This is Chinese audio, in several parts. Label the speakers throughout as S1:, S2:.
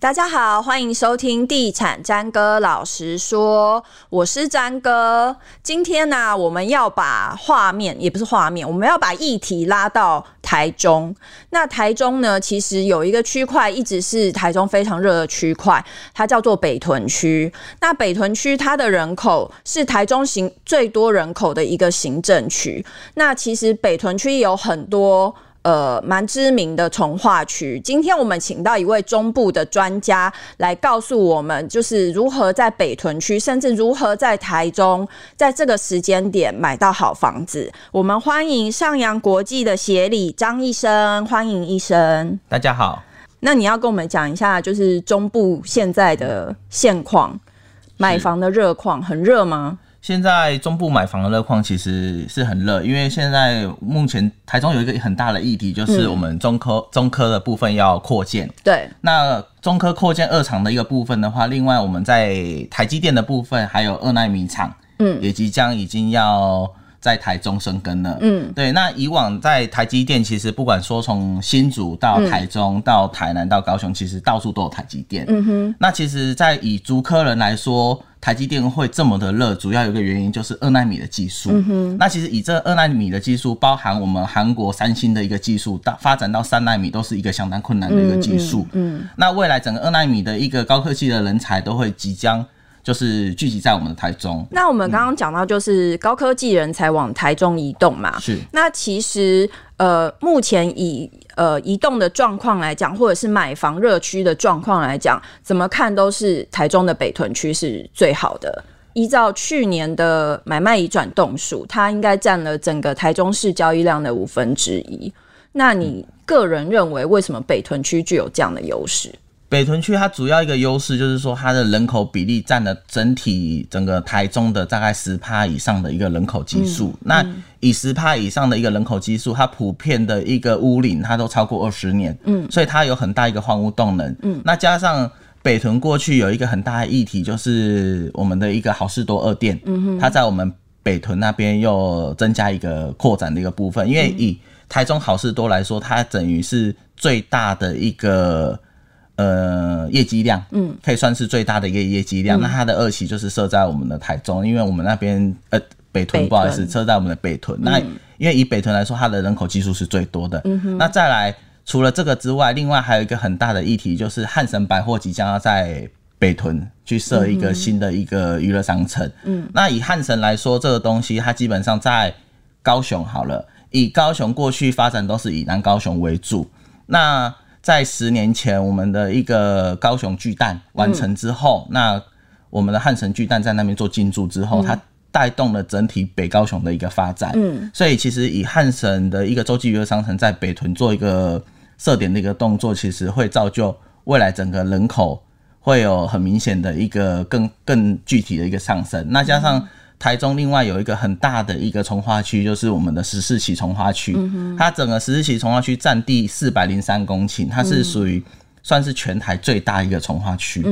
S1: 大家好，欢迎收听《地产詹哥老实说》，我是詹哥。今天呢、我们要把画面，也不是画面，我们要把议题拉到台中。那台中呢，其实有一个区块一直是台中非常热的区块，它叫做北屯区。那北屯区它的人口是台中行最多人口的一个行政区。那其实北屯区也有很多。呃，蛮知名的从化区。今天我们请到一位中部的专家来告诉我们，就是如何在北屯区，甚至如何在台中，在这个时间点买到好房子。我们欢迎上扬国际的协理张医生，欢迎医生。
S2: 大家好，
S1: 那你要跟我们讲一下，就是中部现在的现况，买房的热况很热吗？
S2: 现在中部买房的热况其实是很热，因为现在目前台中有一个很大的议题，就是我们中科、中科的部分要扩建。
S1: 对，
S2: 那中科扩建二厂的一个部分的话，另外我们在台积电的部分还有二纳米厂，
S1: 嗯
S2: 也即将已经要在台中生根了。
S1: 嗯，
S2: 对，那以往在台积电，其实不管说从新竹到台中、到台南到高雄，其实到处都有台积电。嗯哼。那其实，在以竹科人来说，台积电会这么的热，主要有一个原因就是二纳米的技术。嗯哼。那其实以这二纳米的技术，包含我们韩国三星的一个技术，到发展到三纳米都是一个相当困难的一个技术。嗯那未来整个二纳米的一个高科技的人才都会即将就是聚集在我们的台中。
S1: 那我们刚刚讲到，就是高科技人才往台中移动嘛，
S2: 是。
S1: 那其实呃，目前以呃移动的状况来讲，或者是买房热区的状况来讲，怎么看都是台中的北屯区是最好的。依照去年的买卖移转动数，它应该占了整个台中市交易量的五分之一。那你个人认为，为什么北屯区具有这样的优势？
S2: 北屯区它主要一个优势就是说，它的人口比例占了整体整个台中的大概十趴以上的一个人口基数。那以十趴以上的一个人口基数，它普遍的一个屋龄它都超过二十年，嗯，所以它有很大一个换屋动能，嗯，那加上。北屯过去有一个很大的议题，就是我们的一个好事多二店，嗯哼，它在我们北屯那边又增加一个扩展的一个部分，因为以台中好事多来说，它等于是最大的一个呃业绩量，嗯，可以算是最大的一个业绩量。那它的二期就是设在我们的台中，因为我们那边呃
S1: 北
S2: 北屯嗯不好意思
S1: 屯，
S2: 设在我们的北屯。那因为以北屯来说，它的人口基数是最多的。那再来，除了这个之外，另外还有一个很大的议题就是汉神百货即将要在。北屯去设一个新的一个娱乐商城，嗯，那以汉神来说，这个东西它基本上在高雄好了，以高雄过去发展都是以南高雄为主，那在十年前，我们的一个高雄巨蛋完成之后，那我们的汉神巨蛋在那边做进驻之后，它带动了整体北高雄的一个发展。嗯，所以其实以汉神的一个洲际娱乐商城在北屯做一个设点的一个动作，其实会造就未来整个人口会有很明显的一个更更具体的一个上升。那加上台中另外有一个很大的一个从化区，就是我们的十四期从化区，它整个十四期从化区占地四百零三公顷，它是属于。算是全台最大一个从化区，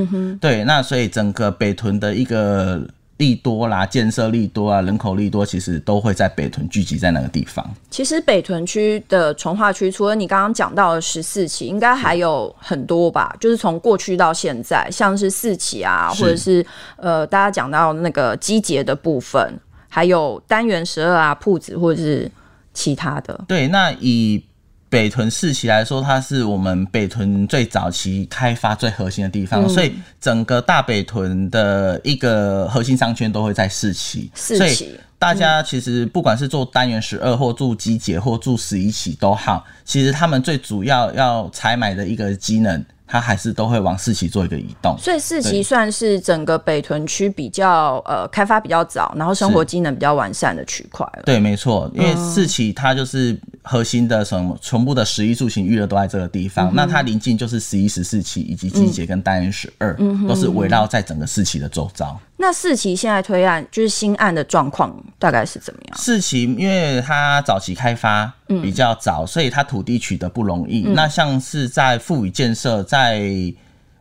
S2: 对，那所以整个北屯的一个利多啦、建设利多啊、人口利多，其实都会在北屯聚集在那个地方。
S1: 其实北屯区的从化区，除了你刚刚讲到的十四期，应该还有很多吧？就是从过去到现在，像是四期啊，
S2: 是
S1: 或者是呃，大家讲到那个基节的部分，还有单元十二啊、铺子或者是其他的。
S2: 对，那以北屯市期来说，它是我们北屯最早期开发最核心的地方，所以整个大北屯的一个核心商圈都会在市期。
S1: 四
S2: 所以
S1: 期
S2: 大家其实不管是做单元十二或住机节或住十一期都好，其实他们最主要要采买的一个机能，它还是都会往市期做一个移动。
S1: 所以四期
S2: 对
S1: 算是整个北屯区比较呃开发比较早，然后生活
S2: 是
S1: 机能比较完善的区块了。
S2: 对，没错，因为四期它就是核心的什么，全部的十一住行娱乐都在这个地方。那它临近就是十一、十四期以及季节跟单元十二、都是围绕在整个四期的周遭。
S1: 那四期现在推案就是新案的状况大概是怎么样？
S2: 四期因为它早期开发比较早，所以它土地取得不容易。那像是在富宇建设在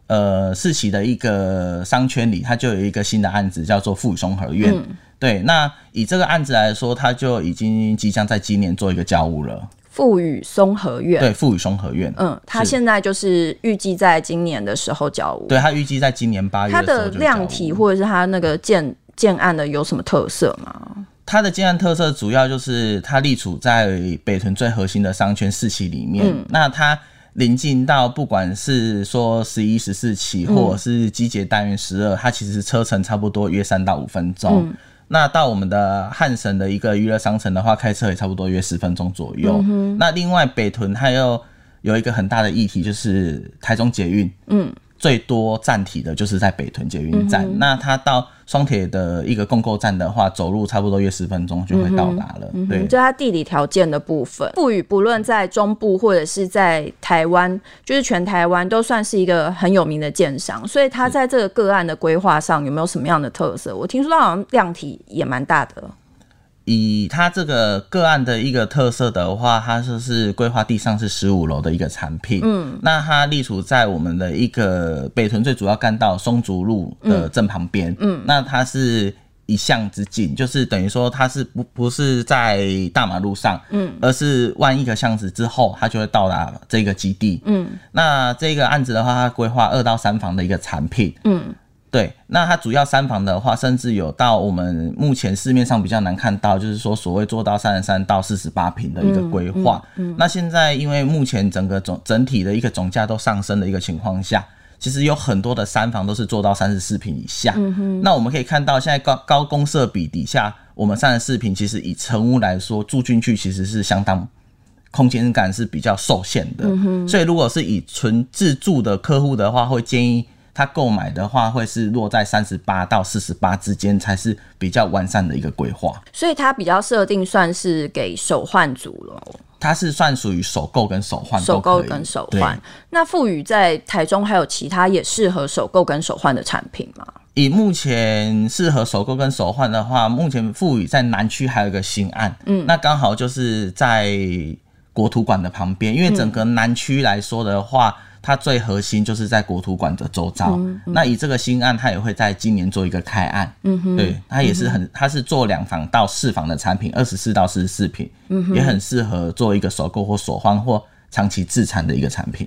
S2: 呃四期的一个商圈里，它就有一个新的案子叫做富宇松和苑。对，那以这个案子来说，它就已经即将在今年做一个交屋了。
S1: 富宇松和苑。
S2: 对，富宇松和苑，
S1: 嗯，它
S2: 是
S1: 现在就是预计在今年的时候交屋。
S2: 对，它预计在今年八月
S1: 它
S2: 时候
S1: 的
S2: 就交
S1: 量
S2: 屋
S1: 体或者是它那个建建案的有什么特色吗？
S2: 它的建案特色主要就是它立处在北屯最核心的商圈四期里面，
S1: 嗯
S2: 那它临近到不管是说十一、十四期，
S1: 嗯
S2: 或者是机捷单元十二，它其实车程差不多约三到五分
S1: 嗯
S2: 钟。那到我们的汉神的一个娱乐商城的话，开车也差不多约十分钟左右。那另外北屯它又有一个很大的议题，就是台中捷运，最多站体的就是在北屯捷运站，那它到双铁的一个共购站的话，走路差不多约十分钟就会到达了。对，
S1: 就它地理条件的部分，富宇不论在中部或者是在台湾，就是全台湾都算是一个很有名的建商，所以它在这个个案的规划上有没有什么样的特色？我听说它好像量体也蛮大的，
S2: 以它这个个案的一个特色的话，它就是规划地上是十五楼的一个产品。嗯，那它立处在我们的一个北屯最主要干道松竹路的正旁边。嗯，那它是。一巷之近，就是等于说它是不不是在大马路上，嗯，而是弯一个巷子之后，它就会到达这个基地，嗯，那这个案子的话，它规划二到三房的一个产品，对，那它主要三房的话，甚至有到我们目前市面上比较难看到，就是说所谓做到三十三到四十八平的一个规划。那现在因为目前整个总整体的一个总价都上升的一个情况下，其实有很多的三房都是做到三十四平以下。
S1: 嗯
S2: 那我们可以看到，现在高高公设比底下，我们三十四平其实以成屋来说，住进去其实是相当空间感是比较受限的，
S1: 嗯
S2: 所以如果是以纯自住的客户的话，会建议他购买的话，会是落在三十八到四十八之间才是比较完善的一个规划。
S1: 所以它比较设定算是给首换族了，
S2: 它是算属于首购跟首换
S1: 首
S2: 都可以，
S1: 购跟首换。那富宇在台中还有其他也适合首购跟首换的产品吗？
S2: 以目前适合首购跟首换的话，目前富宇在南区还有一个新案，嗯，那刚好就是在国图馆的旁边，因为整个南区来说的话，它最核心就是在国图馆的周遭。那以这个新案，它也会在今年做一个开案，嗯哼，对，它也是很，它是做两房到四房的产品，二十四到四十四平，嗯、也很适合做一个首购或首换或长期自产的一个产品。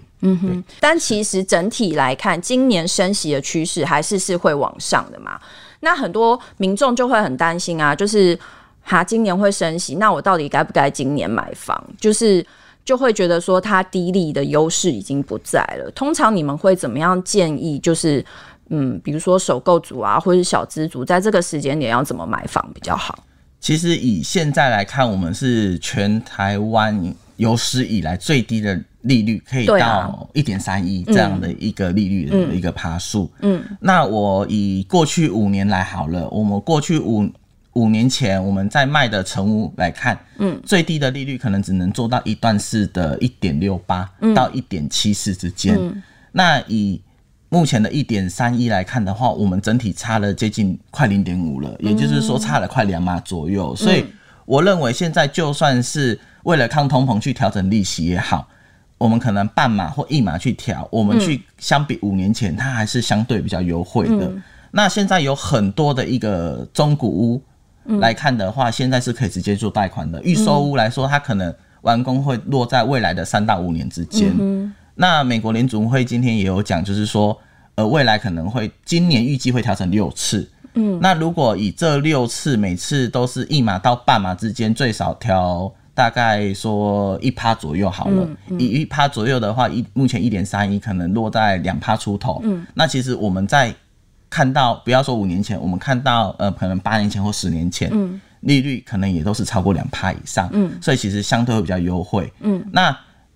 S1: 但其实整体来看，今年升息的趋势还是是会往上的嘛。那很多民众就会很担心啊，就是哈，今年会升息，那我到底该不该今年买房？就是就会觉得说它低利的优势已经不在了。通常你们会怎么样建议？就是嗯，比如说首购族啊，或者小资族，在这个时间点要怎么买房比较好？
S2: 其实以现在来看，我们是全台湾有史以来最低的利率，可以
S1: 对啊
S2: 到一点三一这样的一个利率的一个爬数、嗯。那我以过去五年来好了，我们过去五五年前我们在卖的成屋来看，嗯，最低的利率可能只能做到一段式的一点六八到一点七四之间、那以目前的一点三一来看的话，我们整体差了接近快零点五了，也就是说差了快两码左右。所以我认为现在就算是为了抗通膨去调整利息也好，我们可能半码或一码去调，我们去相比五年前，它还是相对比较优惠的。那现在有很多的一个中古屋来看的话，现在是可以直接做贷款的。预售屋来说，它可能完工会落在未来的三到五年之间。那美国联储会今天也有讲，就是说，呃，未来可能会今年预计会调整六次。嗯，那如果以这六次每次都是一码到半码之间，最少调大概说一趴左右好了。以一趴左右的话，一目前一点三一可能落在两趴出头。嗯，那其实我们在看到，不要说五年前，我们看到呃，可能八年前或十年前，嗯，利率可能也都是超过两趴以上，嗯，所以其实相对会比较优惠，嗯，那。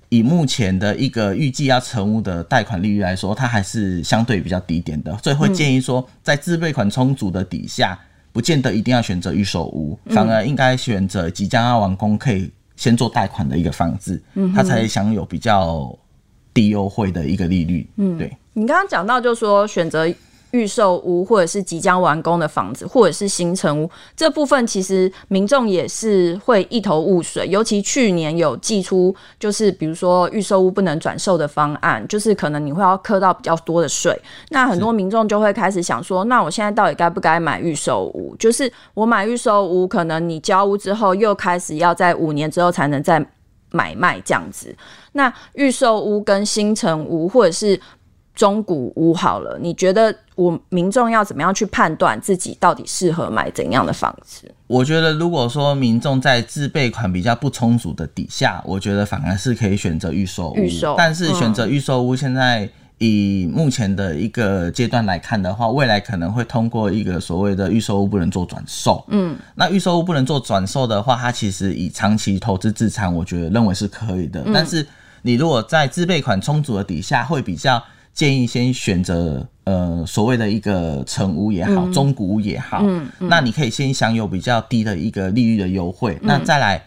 S2: 以目前的一个预计要成屋的贷款利率来说，它还是相对比较低点的，所以会建议说，在自备款充足的底下，不见得一定要选择预售屋，反而应该选择即将要完工可以先做贷款的一个房子，它才享有比较低优惠的一个利率，嗯，对。
S1: 你刚刚讲到，就是说选择预售屋或者是即将完工的房子，或者是新城屋这部分，其实民众也是会一头雾水。尤其去年有寄出，就是比如说预售屋不能转售的方案，就是可能你会要磕到比较多的税。那很多民众就会开始想说，那我现在到底该不该买预售屋？就是我买预售屋，可能你交屋之后又开始要在五年之后才能再买卖这样子。那预售屋跟新城屋或者是中古屋好了，你觉得我民众要怎么样去判断自己到底适合买怎样的房子？
S2: 我觉得，如果说民众在自备款比较不充足的底下，我觉得反而是可以选择预售屋。
S1: 预售
S2: 但是选择预售屋，现在以目前的一个阶段来看的话，未来可能会通过一个所谓的预售屋不能做转售。嗯，那预售屋不能做转售的话，它其实以长期投资资产，我觉得认为是可以的。但是你如果在自备款充足的底下，会比较建议先选择呃所谓的一个成屋也好，中古屋也好，那你可以先享有比较低的一个利率的优惠，那再来。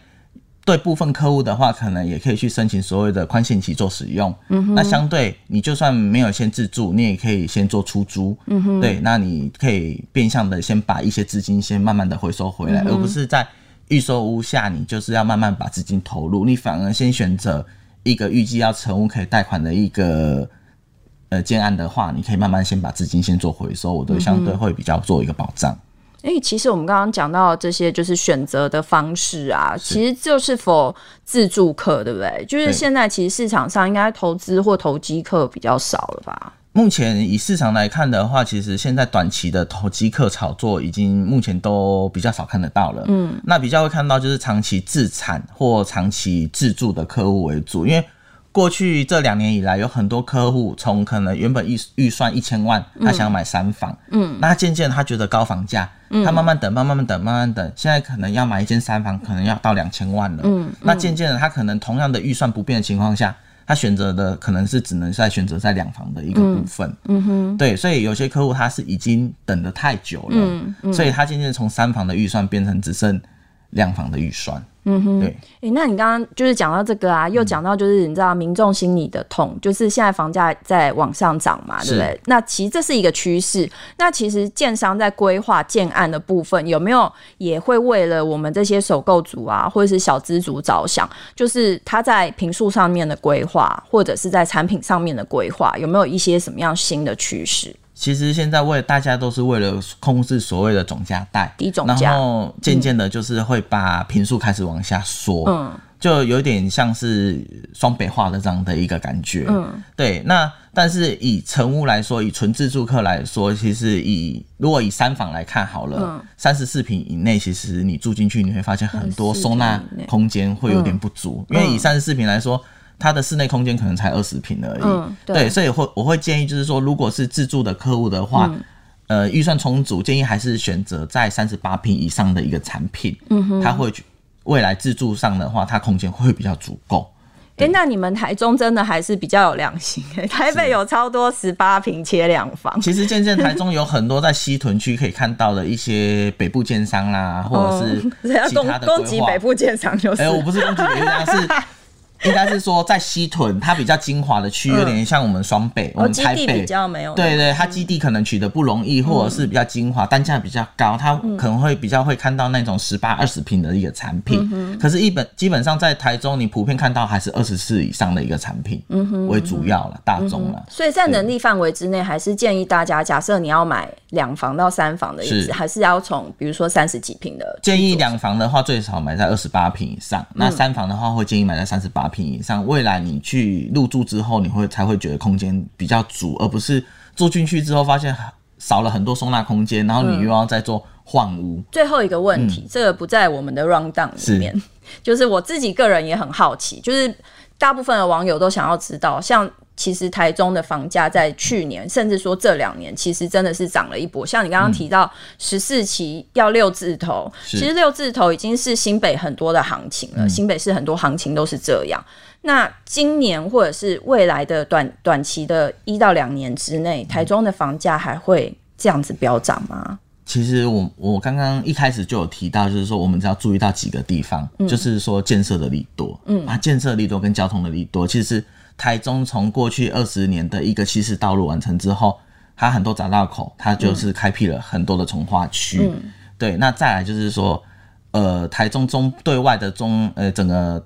S2: 对部分客户的话，可能也可以去申请所谓的宽限期做使用。嗯、那相对你就算没有先自住，你也可以先做出租。嗯、对，那你可以变相的先把一些资金先慢慢的回收回来，而不是在预售屋下你就是要慢慢把资金投入，你反而先选择一个预计要成屋可以贷款的一个。呃，建案的话，你可以慢慢先把资金先做回收，我都相对会比较做一个保障。
S1: 因为其实我们刚刚讲到这些，就是选择的方式啊，其实就是否自住客，对不对？就是
S2: 对
S1: 现在其实市场上应该投资或投机客比较少了吧？
S2: 目前以市场来看的话，其实现在短期的投机客炒作已经目前都比较少看得到了。嗯，那比较会看到就是长期自产或长期自住的客户为主，因为过去这两年以来，有很多客户从可能原本预预算一千万，他想买三房，嗯，那渐渐他觉得高房价，他慢慢等，慢慢等，慢慢等，现在可能要买一间三房，可能要到两千万了，嗯，那渐渐的他可能同样的预算不变的情况下。他选择的可能是只能在选择在两房的一个部分，嗯哼，对，所以有些客户他是已经等得太久了，嗯所以他渐渐从三房的预算变成只剩两房的预算，嗯哼，对，
S1: 诶、那你刚刚就是讲到这个
S2: 嗯
S1: 啊，又讲到就是你知道民众心里的痛，就是现在房价在往上涨嘛，对不对？那其实这是一个趋势。那其实建商在规划建案的部分，有没有也会为了我们这些首购族啊，或者是小资族着想？就是他在平数上面的规划，或者是在产品上面的规划，有没有一些什么样新的趋势？
S2: 其实现在为了大家都是为了控制所谓的总价带，
S1: 低总价
S2: 然后渐渐的就是会把频数开始往下缩，嗯，就有点像是双北化的这样的一个感觉，嗯，对。那但是以成屋来说，以纯自住客来说，其实以如果以三房来看好
S1: 嗯
S2: 了，三十四平以内，其实你住进去你会发现很多
S1: 34
S2: 收纳
S1: 平以内
S2: 空间会
S1: 嗯
S2: 有点不足，因为以三十四平来说。它的室内空间可能才二十平而已，
S1: 嗯对
S2: 对，所以会我会建议，就是说，如果是自住的客户的话，
S1: 嗯
S2: 呃，预算充足，建议还是选择在三十八平以上的一个产品，嗯哼，它会去未来自住上的话，它空间会比较足够。
S1: 诶、那你们台中真的还是比较有良心、诶台北有超多十八平切两房。
S2: 其实渐渐台中有很多在西屯区可以看到的一些北部建商
S1: 嗯
S2: 啦，或者 是
S1: 只哦要
S2: 其
S1: 攻
S2: 他的
S1: 攻击
S2: 规划
S1: 北。部建商就是。哦
S2: 哎、我不是攻击北部建商，是应该是说在西屯，它比较精华的区，有点像我们双北，
S1: 哦，
S2: 我们
S1: 基
S2: 台
S1: 地
S2: 北
S1: 比较没有。
S2: 对对，它基地可能取得不容易，或者是比较精华，单价比较高，它可能会比较会看到那种十八、二十平的一个产品。可是，一本基本上在台中，你普遍看到还是二十四以上的一个产品为主要了，大众了。
S1: 所以在能力范围之内，还是建议大家，假设你要买两房到三房的意思，
S2: 是
S1: 还是要从比如说三十几平的。
S2: 建议两房的话，最少买在二十八平以上；那三房的话，会建议买在三十八平以上。未来你去入住之后，你会才会觉得空间比较足，而不是住进去之后发现少了很多收纳空间，然后你又要再做换屋。
S1: 最后一个问题，这个不在我们的 round down 里面， 就是我自己个人也很好奇，就是大部分的网友都想要知道，像。其实台中的房价在去年，甚至说这两年，其实真的是涨了一波。像你刚刚提到十四期要六字头，
S2: 是
S1: 其实六字头已经是新北很多的行情了。新北市很多行情都是这样。那今年或者是未来的短短期的一到两年之内，台中的房价还会这样子飙涨吗？
S2: 其实我我刚刚一开始就有提到，就是说我们只要注意到几个地方，就是说建设的利多，嗯啊，建设的利多跟交通的利多，其实台中从过去二十年的一个西式道路完成之后，它很多匝道口，它就是开辟了很多的从化区，对，那再来就是说，呃，台中中对外的中呃整个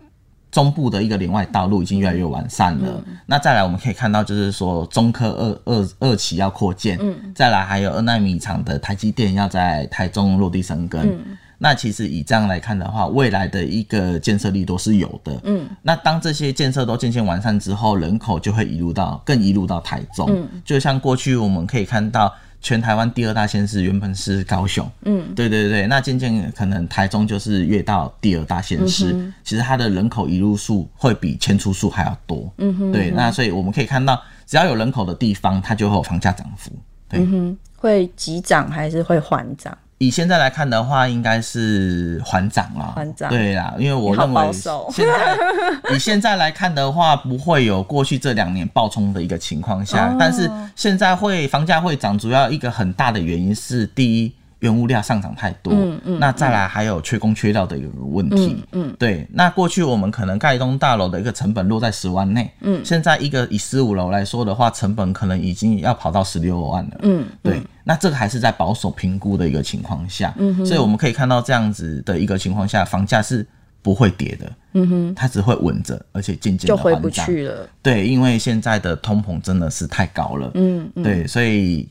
S2: 中部的一个连外道路已经越来越完善了。那再来，我们可以看到，就是说中科二二二期要扩建，再来还有二纳米厂的台积电要在台中落地生根。那其实以这样来看的话，未来的一个建设力都是有的。嗯，那当这些建设都渐渐完善之后，人口就会移入到更移入到台中。嗯，就像过去我们可以看到，全台湾第二大县市原本是高雄。嗯，对对对，那渐渐可能台中就是越到第二大县市，其实它的人口移入数会比迁出数还要多。嗯哼对，那所以我们可以看到，只要有人口的地方，它就会有房价涨幅。对，
S1: 嗯，会急涨还是会缓涨？
S2: 以现在来看的话，应该是缓涨啦，
S1: 缓涨
S2: 对啦，因为我
S1: 你好
S2: 认
S1: 保
S2: 为
S1: 守
S2: 现 在以现在来看的话，不会有过去这两年暴冲的一个情况下，但是现在会房价会涨，主要一个很大的原因是第一。原物料上涨太多，嗯嗯，那再来还有缺工缺料的一个问题，嗯，对。那过去我们可能盖一栋大楼的一个成本落在十万内，嗯，现在一个以十五楼来说的话，成本可能已经要跑到十六万了，
S1: 嗯，嗯
S2: 对，那这个还是在保守评估的一个情况下，所以我们可以看到这样子的一个情况下，房价是不会跌的，嗯哼，它只会稳着，而且渐渐
S1: 就
S2: 的
S1: 回不去了。
S2: 对，因为现在的通膨真的是太高了，嗯，对，所以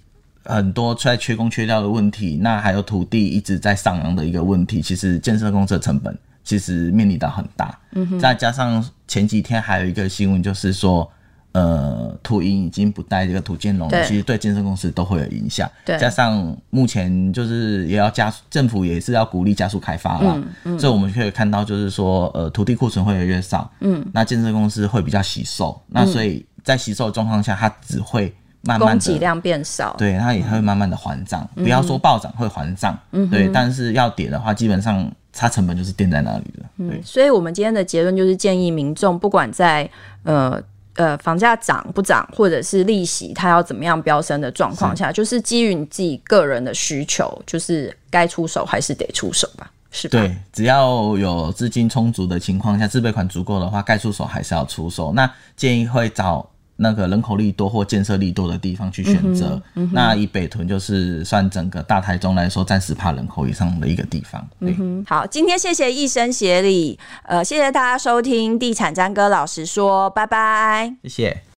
S2: 很多在缺工缺料的问题，那还有土地一直在上扬的一个问题，其实建设公司的成本其实面临到很大，嗯哼，再加上前几天还有一个新闻，就是说。呃，土银已经不带这个土建融
S1: 对
S2: 了，其实对建设公司都会有影响。
S1: 对
S2: 加上目前就是也要加速，政府也是要鼓励加速开发啦，所以我们可以看到就是说，呃，土地库存会越来越少，嗯，那建设公司会比较惜售，
S1: 嗯
S2: 那所以在惜售的状况下，它只会慢慢
S1: 供给
S2: 的。
S1: 量嗯变少，
S2: 对，它也会慢慢的还账，不要说暴涨会还账，
S1: 嗯
S2: 对，但是要跌的话，基本上它成本就是垫在那里的，对，
S1: 所以我们今天的结论就是建议民众，不管在呃呃房价涨不涨，或者是利息它要怎么样飙升的状况下，就是基于你自己个人的需求，就是该出手还是得出手吧，是吧？
S2: 对，只要有资金充足的情况下，自备款足够的话，该出手还是要出手。那建议会找那个人口力多或建设力多的地方去选
S1: 嗯
S2: 择。那以北屯就是算整个大台中来说，占十帕人口以上的一个地方。对，
S1: 嗯好，今天谢谢一生协理，呃，谢谢大家收听《地产詹哥老实说》，拜拜。
S2: 谢谢。